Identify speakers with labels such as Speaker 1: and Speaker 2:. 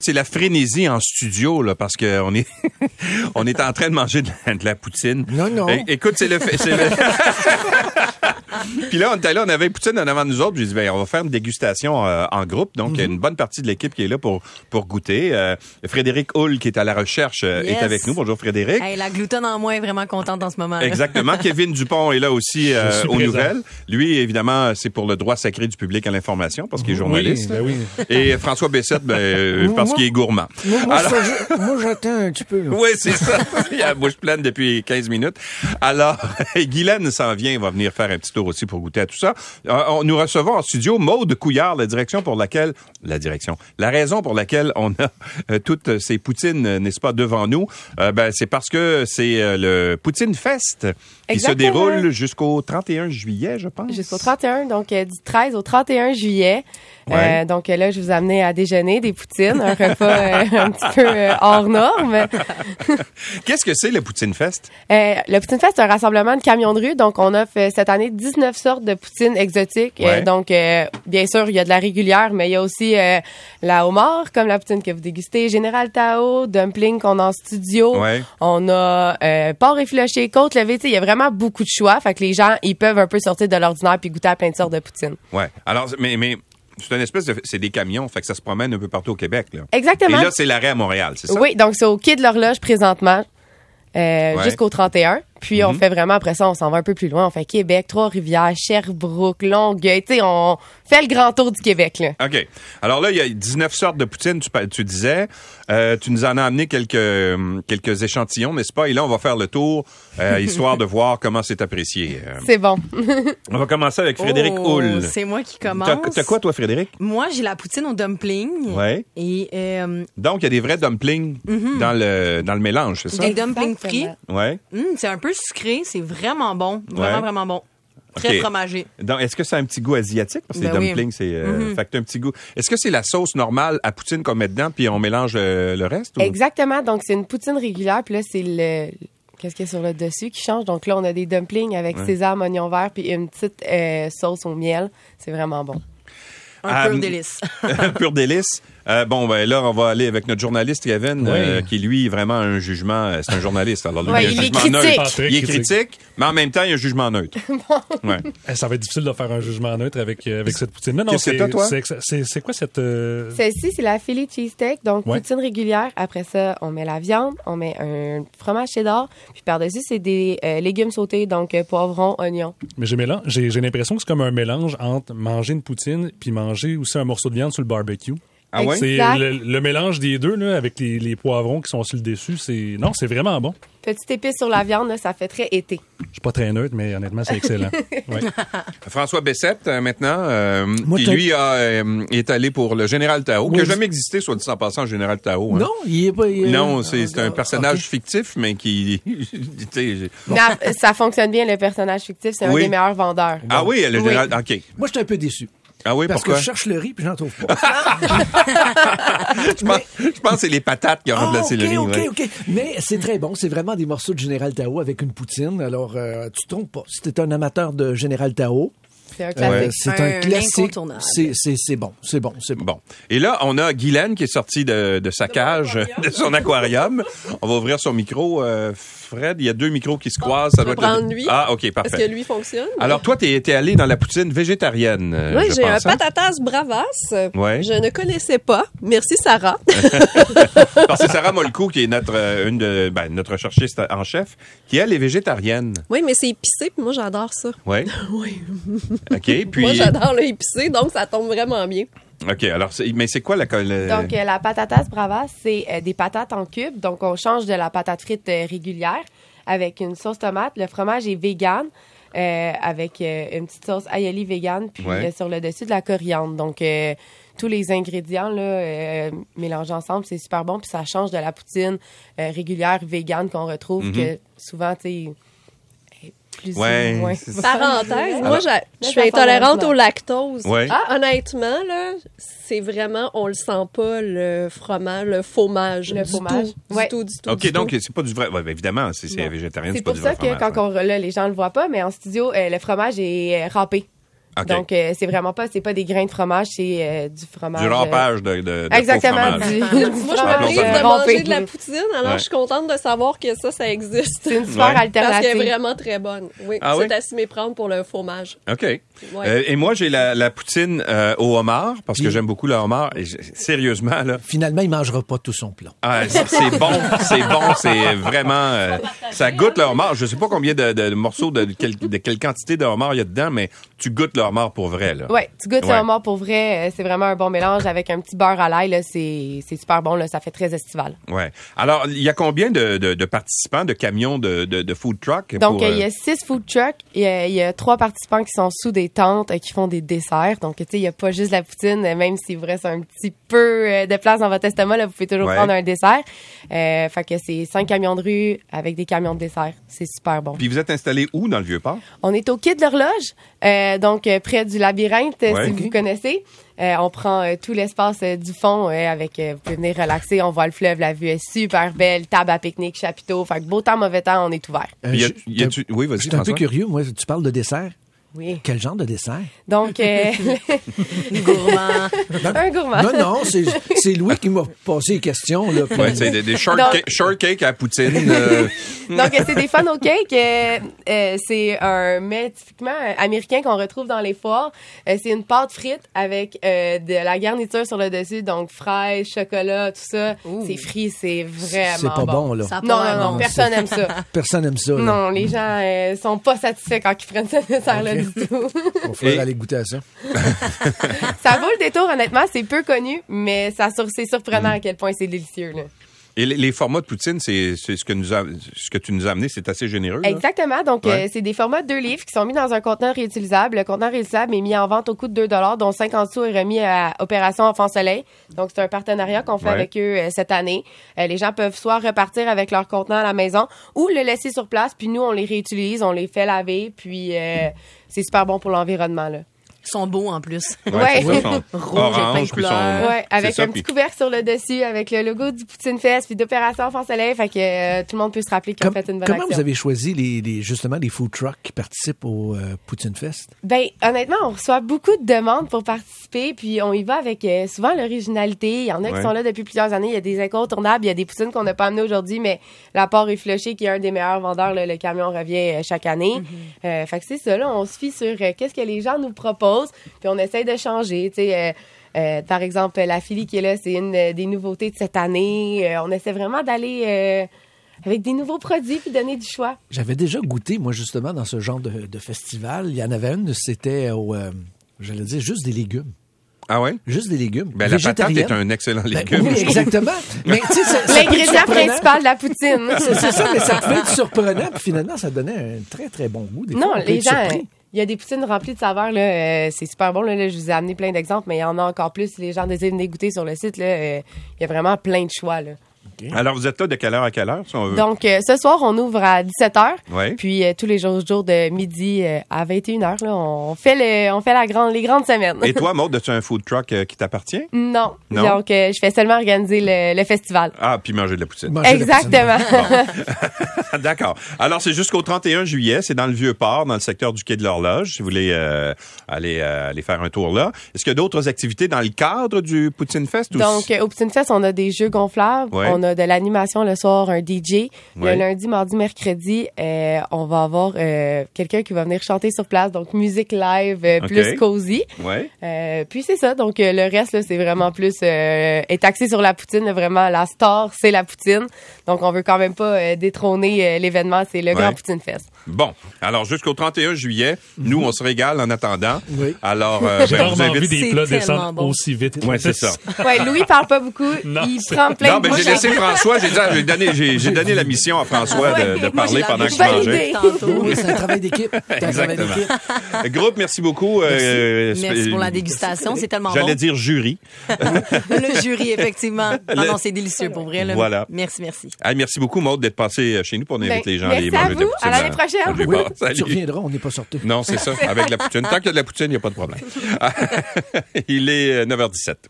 Speaker 1: C'est la frénésie en studio là parce que on est on est en train de manger de la, de la poutine.
Speaker 2: Non, non.
Speaker 1: É- écoute, c'est le fait. c'est le- Puis là, on était là, on avait une poutine en avant de nous autres. J'ai dit, ben, on va faire une dégustation euh, en groupe. Donc,
Speaker 2: Mhm.
Speaker 1: il y a une bonne partie de l'équipe qui est là pour pour goûter. Euh, Frédéric Hull, qui est à la recherche, euh,
Speaker 3: Yes.
Speaker 1: est avec nous. Bonjour, Frédéric.
Speaker 3: Hey, la gluten en moi est vraiment contente en ce moment. là.
Speaker 1: Exactement. Kevin Dupont est là aussi euh,
Speaker 2: suis
Speaker 1: aux
Speaker 2: présent.
Speaker 1: nouvelles. Lui, évidemment, c'est pour le droit sacré du public à l'information parce qu'il est journaliste.
Speaker 2: Oui, ben oui.
Speaker 1: Et François Bessette, ben, euh, parce qu'il est gourmand.
Speaker 2: Moi, moi,
Speaker 1: Alors-
Speaker 2: ça, je- moi, j'attends un petit peu. là.
Speaker 1: Oui, c'est ça. Il a la bouche pleine depuis 15 minutes. Alors, Guylaine s'en vient, va venir faire un petit tour aussi pour goûter à tout ça. Euh, on- Nous recevons en studio Maude Couillard, la direction pour laquelle, la direction, la raison pour laquelle on a euh, toutes ces poutines, euh, n'est-ce pas, devant nous, euh, ben, c'est parce que c'est euh, le Poutine Fest qui se
Speaker 4: Exactement.
Speaker 1: déroule jusqu'au 31 juillet, je pense.
Speaker 4: Jusqu'au 31, donc euh, du 13 au 31 juillet.
Speaker 1: Ouais.
Speaker 4: Euh, donc euh, là, je vous amenais à déjeuner des poutines, un repas euh, un petit peu euh, hors norme.
Speaker 1: Qu'est-ce que c'est le Poutine Fest?
Speaker 4: Euh, le Poutine Fest, c'est un rassemblement de camions de rue. Donc, on offre euh, cette année 19 sortes de poutines exotiques. Euh,
Speaker 1: Ouais.
Speaker 4: donc, euh, bien sûr, il y a de la régulière, mais il y a aussi euh, la homard, comme la poutine que vous dégustez, Général Tao, dumpling qu'on a en studio.
Speaker 1: Ouais.
Speaker 4: On a euh, porc effiloché, côte levée. Tu sais, Il y a vraiment beaucoup de choix. Fait que les gens, ils peuvent un peu sortir de l'ordinaire puis goûter à plein de sortes de poutines.
Speaker 1: Ouais. Alors, mais, mais c'est une espèce de, c'est des camions, fait que ça se promène un peu partout au Québec, là. Et
Speaker 4: Exactement.
Speaker 1: là, c'est l'arrêt à Montréal, c'est ça?
Speaker 4: Oui, donc c'est au quai de l'horloge présentement. euh,
Speaker 1: Ouais.
Speaker 4: Jusqu'au 31. Puis on
Speaker 1: Mhm.
Speaker 4: fait vraiment, après ça, on s'en va un peu plus loin. On fait Québec, Trois-Rivières, Sherbrooke, Longueuil. Tu sais, on fait le grand tour du Québec, là.
Speaker 1: OK. Alors là, il y a 19 sortes de poutine, tu, pa- tu disais. Euh, tu nous en as amené quelques, euh, quelques échantillons, n'est-ce pas? Et là, on va faire le tour, euh, histoire de voir comment c'est apprécié. Euh,
Speaker 4: C'est bon.
Speaker 1: on va commencer avec Frédéric
Speaker 3: Oh,
Speaker 1: Hull.
Speaker 3: C'est moi qui
Speaker 1: T'as
Speaker 3: commence.
Speaker 1: t'as quoi, toi, Frédéric?
Speaker 3: Moi, j'ai la poutine au dumpling.
Speaker 1: Ouais.
Speaker 3: Et euh,
Speaker 1: Donc, il y a des vrais dumplings
Speaker 3: Mm-hmm.
Speaker 1: dans, le, dans le mélange, c'est ça?
Speaker 3: des dumplings frits.
Speaker 4: Exactement.
Speaker 1: Ouais.
Speaker 3: Hum, c'est un peu sucré, c'est vraiment bon. Vraiment,
Speaker 1: Ouais.
Speaker 3: vraiment bon. Très
Speaker 1: Ok.
Speaker 3: fromagé.
Speaker 1: Donc, Est-ce que ça a un petit goût asiatique? Parce que
Speaker 3: Ben
Speaker 1: les
Speaker 3: oui.
Speaker 1: dumplings, c'est... euh, Fait que t'as un petit goût. Est-ce que c'est la sauce normale à poutine qu'on met dedans, puis on mélange euh, le reste? ou-
Speaker 4: Exactement. Donc c'est une poutine régulière. Puis là, c'est le. Qu'est-ce qu'il y a sur le dessus qui change? Donc là, on a des dumplings avec sésame, oignon vert, puis une petite euh, sauce au miel. C'est vraiment bon.
Speaker 3: Un peu
Speaker 1: Ah,
Speaker 3: délice.
Speaker 1: Pur délice. Euh, bon, ben là, on va aller avec notre journaliste, Kevin, euh, qui, lui, est vraiment un jugement... euh, C'est un journaliste, alors lui,
Speaker 4: Ouais,
Speaker 1: il y a
Speaker 4: il
Speaker 1: un
Speaker 4: est
Speaker 1: jugement
Speaker 4: critique.
Speaker 1: neutre. Il est critique, mais en même temps, il y a un jugement neutre. Ouais.
Speaker 5: Eh, Ça va être difficile de faire un jugement neutre avec, euh, avec cette poutine. Non, non,
Speaker 1: Qu'est-ce que
Speaker 5: c'est
Speaker 1: t'as, toi?
Speaker 5: c'est- C'est c'est quoi cette. euh,
Speaker 4: Celle-ci, c'est la Philly cheesesteak, donc
Speaker 5: Ouais.
Speaker 4: poutine régulière. Après ça, on met la viande, on met un fromage cheddar, puis par-dessus, c'est des euh, légumes sautés, donc euh, poivrons, oignons.
Speaker 5: Mais j'ai mélan- j'ai j'ai l'impression que c'est comme un mélange entre manger une poutine puis manger aussi un morceau de viande sur le barbecue.
Speaker 1: Ah ouais?
Speaker 5: C'est
Speaker 4: Exact.
Speaker 5: le, le mélange des deux, là, avec les, les poivrons qui sont sur le dessus. c'est- Non, c'est vraiment bon.
Speaker 4: Petite épice sur la viande, là, ça fait très été.
Speaker 5: Je suis pas très neutre, mais honnêtement, c'est excellent. Ouais.
Speaker 1: François Bessette, euh, maintenant, euh,
Speaker 6: Moi,
Speaker 1: qui,
Speaker 6: t'as-
Speaker 1: lui, a, euh, est allé pour le Général Tao, qui n'a
Speaker 6: Oui.
Speaker 1: jamais existé, soit dit en passant, Général Tao. hein.
Speaker 6: Non, il est pas. il est-
Speaker 1: Non, c'est
Speaker 4: Ah,
Speaker 1: c'est un
Speaker 6: Ok.
Speaker 1: personnage fictif, mais qui... tu sais,
Speaker 4: Mais euh, ça fonctionne bien, le personnage fictif, c'est
Speaker 1: Oui.
Speaker 4: un des meilleurs vendeurs.
Speaker 1: ah oui, le Général... OK.
Speaker 6: Moi, je suis un peu déçu.
Speaker 1: Ah oui,
Speaker 6: Parce que
Speaker 1: pourquoi?
Speaker 6: je cherche le riz puis j'en trouve pas.
Speaker 1: Je pense, je pense que c'est les patates qui ont
Speaker 6: Ah,
Speaker 1: remplacé
Speaker 6: ok,
Speaker 1: le riz.
Speaker 6: ok,
Speaker 1: ouais.
Speaker 6: ok. Mais c'est très bon. C'est vraiment des morceaux de Général Tao avec une poutine. Alors, euh, tu te trompes pas. Si t'es un amateur de Général Tao,
Speaker 4: C'est un
Speaker 6: euh,
Speaker 4: classique.
Speaker 6: c'est
Speaker 3: Un
Speaker 6: un classique.
Speaker 3: incontournable.
Speaker 6: C'est- C'est c'est bon, c'est bon, c'est bon.
Speaker 1: Bon. Et là, on a Guylaine qui est sortie de, de sa cage, de son aquarium. On va ouvrir son micro. Euh, Fred, il y a deux micros qui se croisent. Ça
Speaker 7: je vais
Speaker 1: doit être le-
Speaker 7: prendre lui.
Speaker 1: Ah, OK, parfait.
Speaker 7: Est-ce que lui fonctionne?
Speaker 1: Alors, toi, t'es es allé dans la poutine végétarienne. euh,
Speaker 7: oui,
Speaker 1: je
Speaker 7: j'ai un
Speaker 1: pense, hein?
Speaker 7: patatas bravas.
Speaker 1: Ouais.
Speaker 7: Je ne connaissais pas. Merci, Sarah.
Speaker 1: Parce que Sarah Molcou, qui est notre, euh, une de, ben, notre recherchiste en chef, qui, elle, est végétarienne.
Speaker 7: oui, mais c'est épicé, puis moi, j'adore ça.
Speaker 1: Oui.
Speaker 7: Oui.
Speaker 1: OK. Puis.
Speaker 7: Moi, j'adore le épicé, donc ça tombe vraiment bien.
Speaker 1: OK. Alors, c'est- mais c'est quoi la. co- le-
Speaker 4: Donc, euh, la patatas brava, c'est euh, des patates en cubes. Donc, on change de la patate frite euh, régulière avec une sauce tomate. Le fromage est vegan euh, avec euh, une petite sauce aioli vegan, puis
Speaker 1: Ouais.
Speaker 4: euh, sur le dessus de la coriandre. Donc, euh, tous les ingrédients là, euh, mélangés ensemble, c'est super bon. Puis ça change de la poutine euh, régulière vegan qu'on retrouve, que souvent, tu sais, est plus
Speaker 1: Mm-hmm. Ouais,
Speaker 4: ou moins.
Speaker 1: c'est ça.
Speaker 7: Parenthèse, moi, j'a- je suis
Speaker 4: Là, ça
Speaker 7: intolérante
Speaker 4: forme un
Speaker 7: au lactose.
Speaker 1: Ouais.
Speaker 7: Ah, honnêtement, là, c'est vraiment, on le sent pas, le fromage, le fromage.
Speaker 4: Le
Speaker 7: du
Speaker 4: fromage.
Speaker 7: Tout,
Speaker 4: Ouais.
Speaker 7: Du tout, du tout.
Speaker 1: OK,
Speaker 7: du
Speaker 1: donc,
Speaker 7: tout.
Speaker 1: c'est pas du vrai. ouais, ben, évidemment, si c'est végétarien, c'est
Speaker 4: C'est
Speaker 1: pas
Speaker 4: pour
Speaker 1: du
Speaker 4: ça
Speaker 1: vrai.
Speaker 4: que
Speaker 1: fromage,
Speaker 4: quand on, là, les gens le voient pas, mais en studio, euh, le fromage est euh, râpé.
Speaker 1: OK.
Speaker 4: Donc, euh, c'est vraiment pas, c'est pas des grains de fromage, c'est euh, du fromage.
Speaker 1: du
Speaker 4: euh,
Speaker 1: rampage de, de, de faux
Speaker 4: Exactement.
Speaker 1: fromage.
Speaker 4: Du, du
Speaker 7: Moi, je
Speaker 1: Appelons
Speaker 4: fromage,
Speaker 7: me prive
Speaker 1: ça
Speaker 4: euh,
Speaker 7: de manger
Speaker 4: rampé.
Speaker 7: de la poutine, alors
Speaker 1: Ah, Ouais.
Speaker 7: je suis contente de savoir que ça, ça existe.
Speaker 4: C'est une super
Speaker 1: Ouais.
Speaker 7: Parce qu'elle
Speaker 4: alternative.
Speaker 7: est vraiment très bonne. Oui,
Speaker 1: Ah
Speaker 7: c'est
Speaker 1: oui?
Speaker 7: à s'y méprendre pour le fromage.
Speaker 1: OK.
Speaker 7: Ouais.
Speaker 1: Euh, et moi, j'ai la, la poutine euh, au homard, parce que
Speaker 6: Puis-
Speaker 1: j'aime beaucoup le homard. Et j'ai- sérieusement, là,
Speaker 6: Finalement, il mangera pas tout son plat.
Speaker 1: Ah, c'est c'est bon, c'est bon, c'est vraiment... euh, ça goûte
Speaker 4: hein?
Speaker 1: le homard. Je sais pas combien de, de- de morceaux, de, de quel- de quelle quantité de homard il y a dedans, mais tu goûtes le homard pour vrai, là.
Speaker 4: Ouais, tu goûtes
Speaker 1: Ouais.
Speaker 4: le homard pour vrai. euh, C'est vraiment un bon mélange avec un petit beurre à l'ail. là, C'est c'est super bon. Là, ça fait très estival.
Speaker 1: Ouais. Alors, il y a combien de, de- de participants, de camions, de, de- de food truck?
Speaker 4: Donc,
Speaker 1: pour,
Speaker 4: euh, il y
Speaker 1: euh,
Speaker 4: a six food trucks. Il y a, il y a trois participants qui sont sous des tentes, euh, qui font des desserts. Donc, tu sais, il n'y a pas juste la poutine. euh, Même s'il vous reste un petit peu euh, de place dans votre estomac, là, vous pouvez toujours
Speaker 1: Ouais.
Speaker 4: prendre un dessert. Euh, fait que c'est cinq camions de rue avec des camions de dessert. C'est super bon.
Speaker 1: Puis vous êtes installé où dans le Vieux-Port?
Speaker 4: On est au quai de l'horloge, euh, donc euh, près du labyrinthe, euh,
Speaker 1: Ouais.
Speaker 4: si vous connaissez. Euh, on prend euh, tout l'espace euh, du fond euh, avec. euh, vous pouvez venir relaxer, on voit le fleuve, la vue est super belle, table à pique-nique, chapiteau. Fait que beau temps, mauvais temps, on est ouvert.
Speaker 6: Euh,
Speaker 1: Puis y a-
Speaker 6: je-
Speaker 1: y a-tu- oui, vas-y,
Speaker 6: Je suis un peu
Speaker 1: François.
Speaker 6: curieux, moi, tu parles de dessert.
Speaker 4: Oui.
Speaker 6: Quel genre de dessert?
Speaker 4: Donc, euh,
Speaker 3: Gourmand.
Speaker 4: un gourmand.
Speaker 6: Non, non, c'est c'est Louis qui m'a passé les questions. Là, puis-
Speaker 1: Ouais, c'est des, des short
Speaker 4: Non.
Speaker 1: ca- shortcake à poutine. euh,
Speaker 4: Donc, euh, c'est des fun au cake. euh, euh, c'est un mets typiquement euh, américain qu'on retrouve dans les foires. Euh, c'est une pâte frite avec euh, de la garniture sur le dessus, donc fraises, chocolat, tout ça.
Speaker 3: Ouh.
Speaker 4: C'est frit, c'est vraiment
Speaker 6: c'est pas bon, là.
Speaker 3: Ça a pas
Speaker 4: Non,
Speaker 3: l'air
Speaker 4: non,
Speaker 3: bon.
Speaker 4: non, personne n'aime ça.
Speaker 6: Personne n'aime ça. là.
Speaker 4: Non, les gens euh, sont pas satisfaits quand ils prennent ce dessert-là
Speaker 6: Ok.
Speaker 4: du tout.
Speaker 6: On ferait
Speaker 1: Et-
Speaker 6: aller goûter à ça.
Speaker 4: ça vaut le détour, honnêtement. C'est peu connu, mais ça sur- c'est
Speaker 1: Mm.
Speaker 4: surprenant à quel point c'est délicieux. Là.
Speaker 1: Et les, les formats de poutine, c'est c'est ce que nous a- ce que tu nous as amené, c'est assez généreux. là.
Speaker 4: Exactement. Donc,
Speaker 1: Ouais.
Speaker 4: euh, c'est des formats de deux livres qui sont mis dans un contenant réutilisable. Le contenant réutilisable est mis en vente au coût de 2 dont 50 sous est remis à Opération Enfant Soleil. Donc, c'est un partenariat qu'on fait
Speaker 1: Ouais.
Speaker 4: avec eux euh, cette année. Euh, les gens peuvent soit repartir avec leur contenant à la maison ou le laisser sur place. Puis nous, on les réutilise, on les fait laver. Puis euh, c'est super bon pour l'environnement. Là.
Speaker 3: Ils sont beaux en plus.
Speaker 1: Ouais, c'est
Speaker 4: Ouais.
Speaker 1: ça, ils sont
Speaker 3: Rouge avec plein
Speaker 1: orange,
Speaker 3: de
Speaker 1: puis ils sont-
Speaker 3: couleurs.
Speaker 4: Ouais,
Speaker 1: c'est
Speaker 4: avec
Speaker 1: ça,
Speaker 4: un
Speaker 1: puis-
Speaker 4: petit couvercle sur le dessus, avec le logo du Poutine Fest, puis d'Opération Enfant Soleil, fait que euh, tout le monde peut se rappeler qu'on
Speaker 6: Comme-
Speaker 4: fait une bonne
Speaker 6: comment
Speaker 4: action.
Speaker 6: vous avez choisi les, les- justement les food trucks qui participent au euh, Poutine Fest?
Speaker 4: Ben, honnêtement, on reçoit beaucoup de demandes pour participer, puis on y va avec euh, souvent l'originalité. Il y en a
Speaker 1: Ouais.
Speaker 4: qui sont là depuis plusieurs années. Il y a des incontournables, il y a des poutines qu'on n'a pas amenées aujourd'hui, mais l'apport est flushé, qui est un des meilleurs vendeurs. là, le camion revient euh, chaque
Speaker 6: Mhm.
Speaker 4: année. Euh, fait que c'est ça, là, on se fie sur euh, qu'est-ce que les gens nous proposent, puis on essaye de changer, tu sais. euh, euh, par exemple, la Philly qui est là, c'est une euh, des nouveautés de cette année. Euh, on essaie vraiment d'aller euh, avec des nouveaux produits puis donner du choix.
Speaker 6: J'avais déjà goûté, moi, justement, dans ce genre de, de festival. Il y en avait une, c'était au, euh, j'allais dire, juste des légumes.
Speaker 1: Ah ouais?
Speaker 6: Juste des légumes.
Speaker 1: Ben, la patate
Speaker 6: Végétarienne.
Speaker 1: est un excellent
Speaker 6: Ben,
Speaker 1: légume.
Speaker 6: oui,
Speaker 1: je trouve.
Speaker 6: exactement. Mais tu sais, ça- ça peut être
Speaker 4: L'ingrédient
Speaker 6: surprenant.
Speaker 4: principal de la poutine.
Speaker 6: C'est c'est ça, mais ça pouvait être surprenant. Puis finalement, ça donnait un très, très bon goût. Des fois,
Speaker 4: Non,
Speaker 6: on peut
Speaker 4: les
Speaker 6: être
Speaker 4: gens, euh,
Speaker 6: surpris.
Speaker 4: il y a des poutines remplies de saveurs, là. euh, c'est super bon, là, là, Je vous ai amené plein d'exemples, mais il y en a encore plus. Si les gens désirent les goûter sur le site, là, euh, il y a vraiment plein de choix, là.
Speaker 1: Alors, vous êtes là de quelle heure à quelle heure, si on veut?
Speaker 4: Donc, euh, ce soir, on ouvre à 17h.
Speaker 1: Ouais.
Speaker 4: Puis, euh, tous les jours, jours de midi euh, à 21h, là, on fait, le, on fait la grande, les grandes semaines.
Speaker 1: Et toi, Maud, as-tu un food truck euh, qui t'appartient?
Speaker 4: Non.
Speaker 1: Non.
Speaker 4: Donc, euh, je fais seulement organiser le, le festival.
Speaker 1: Ah, puis manger de la poutine.
Speaker 6: Manger de la poutine.
Speaker 4: Exactement.
Speaker 1: Ah, D'accord. Alors, c'est jusqu'au 31 juillet. C'est dans le Vieux-Port, dans le secteur du Quai de l'Horloge, si vous voulez euh, aller, euh, aller faire un tour là. Est-ce qu'il y a d'autres activités dans le cadre du Poutine Fest? Ou
Speaker 4: Donc, euh, au Poutine Fest, on a des jeux gonflables,
Speaker 1: Ouais.
Speaker 4: on a de l'animation le soir, un DJ.
Speaker 1: Ouais.
Speaker 4: Le lundi, mardi, mercredi, euh, on va avoir euh, quelqu'un qui va venir chanter sur place, donc musique live euh,
Speaker 1: Ok.
Speaker 4: plus cosy.
Speaker 1: Ouais.
Speaker 4: Euh, puis c'est ça, donc euh, le reste, là, c'est vraiment plus euh, est axé sur la poutine, là, vraiment la star, c'est la poutine. Donc on veut quand même pas euh, détrôner euh, l'événement, c'est le Grand Poutine Fest.
Speaker 1: Bon. Alors, jusqu'au 31 juillet, nous, on se régale en attendant.
Speaker 6: Oui.
Speaker 1: Alors, euh, ben, je
Speaker 5: J'ai
Speaker 1: vous
Speaker 5: rarement vu
Speaker 1: invite.
Speaker 5: des
Speaker 3: C'est
Speaker 5: plats
Speaker 3: tellement
Speaker 5: descendre
Speaker 3: bon.
Speaker 5: aussi vite.
Speaker 1: Ouais, c'est ça.
Speaker 4: Ouais, Louis parle pas beaucoup,
Speaker 5: Non,
Speaker 4: il
Speaker 5: c'est-
Speaker 4: prend plein
Speaker 1: Non,
Speaker 4: de
Speaker 1: ben, j'ai
Speaker 4: bouches à-
Speaker 1: laissé François, j'ai dit, ah, j'ai donné, j'ai, j'ai donné la mission à François de- de,
Speaker 3: Moi, j'ai
Speaker 1: parler
Speaker 3: la
Speaker 1: pendant que
Speaker 3: bouche
Speaker 1: je mangeais.
Speaker 3: validée tantôt.
Speaker 6: Oui, c'est un travail d'équipe. C'est un travail
Speaker 1: Exactement.
Speaker 6: d'équipe.
Speaker 1: Groupe, merci beaucoup. Euh,
Speaker 3: Merci pour la
Speaker 1: euh,
Speaker 3: dégustation, c'est tellement bon.
Speaker 1: J'allais dire jury.
Speaker 3: Le jury, effectivement. Ah
Speaker 1: Le-
Speaker 3: non, c'est délicieux pour vrai. Là.
Speaker 1: Voilà.
Speaker 3: Merci, merci.
Speaker 1: Ah, merci beaucoup, Maude, d'être passé chez nous pour inviter
Speaker 4: Ben,
Speaker 1: les gens à
Speaker 4: merci
Speaker 1: aller
Speaker 4: à
Speaker 1: manger de la
Speaker 4: vous.
Speaker 1: poutine.
Speaker 4: À l'année
Speaker 1: dans-
Speaker 4: prochaine.
Speaker 1: dans le
Speaker 6: Oui,
Speaker 1: bar.
Speaker 6: tu
Speaker 1: Salut.
Speaker 6: reviendras, on n'est pas sortis.
Speaker 1: Non, c'est ça, avec la poutine. Tant qu'il y a de la poutine, il n'y a pas de problème. il est euh, 9h17.